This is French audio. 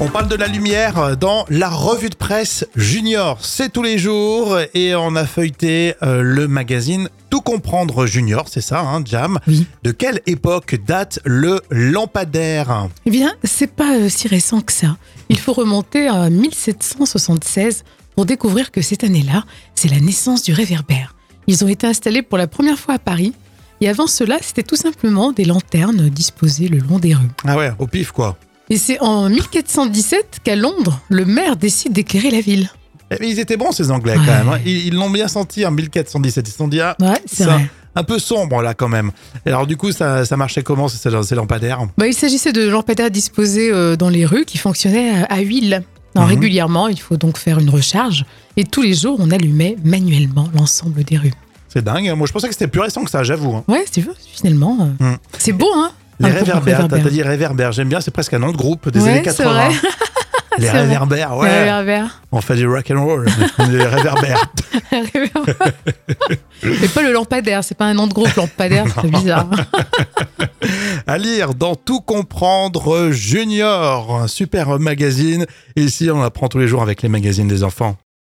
On parle de la lumière dans la revue de presse Junior. C'est tous les jours et on a feuilleté euh, le magazine Tout comprendre Junior, c'est ça, hein, Jam. Oui. De quelle époque date le lampadaire Eh bien, c'est pas euh, si récent que ça. Il faut remonter à 1776 pour découvrir que cette année-là, c'est la naissance du réverbère. Ils ont été installés pour la première fois à Paris. Et avant cela, c'était tout simplement des lanternes disposées le long des rues. Ah ouais, au pif quoi. Et c'est en 1417 qu'à Londres, le maire décide d'éclairer la ville. Eh, mais ils étaient bons ces Anglais quand Ouais. même. hein. Ils ils l'ont bien senti en 1417. Ils se sont dit ah, Ouais, c'est ça, vrai. un peu sombre là quand même. Et alors du coup ça, ça marchait comment ces, ces lampadaires Bah, il s'agissait de lampadaires disposés euh, dans les rues qui fonctionnaient à, à huile. Alors, Mhm. Régulièrement, il faut donc faire une recharge. Et tous les jours, on allumait manuellement l'ensemble des rues. C'est dingue. hein. Moi je pensais que c'était plus récent que ça, j'avoue. hein. Ouais, c'est vrai, finalement. euh, Mhm. C'est beau, hein Les Un groupe réverbères, t'as réverbère. t'as dit réverbères, j'aime bien, c'est presque un nom de groupe des Ouais, années c'est 80. vrai. Les C'est vrai. réverbères, Les ouais. réverbères. On fait du rock and roll, les réverbères. Les réverbères. Mais pas le lampadaire, c'est pas un nom de groupe, lampadaire, c'est bizarre. À lire dans Tout comprendre Junior, un super magazine. Ici, on apprend tous les jours avec les magazines des enfants.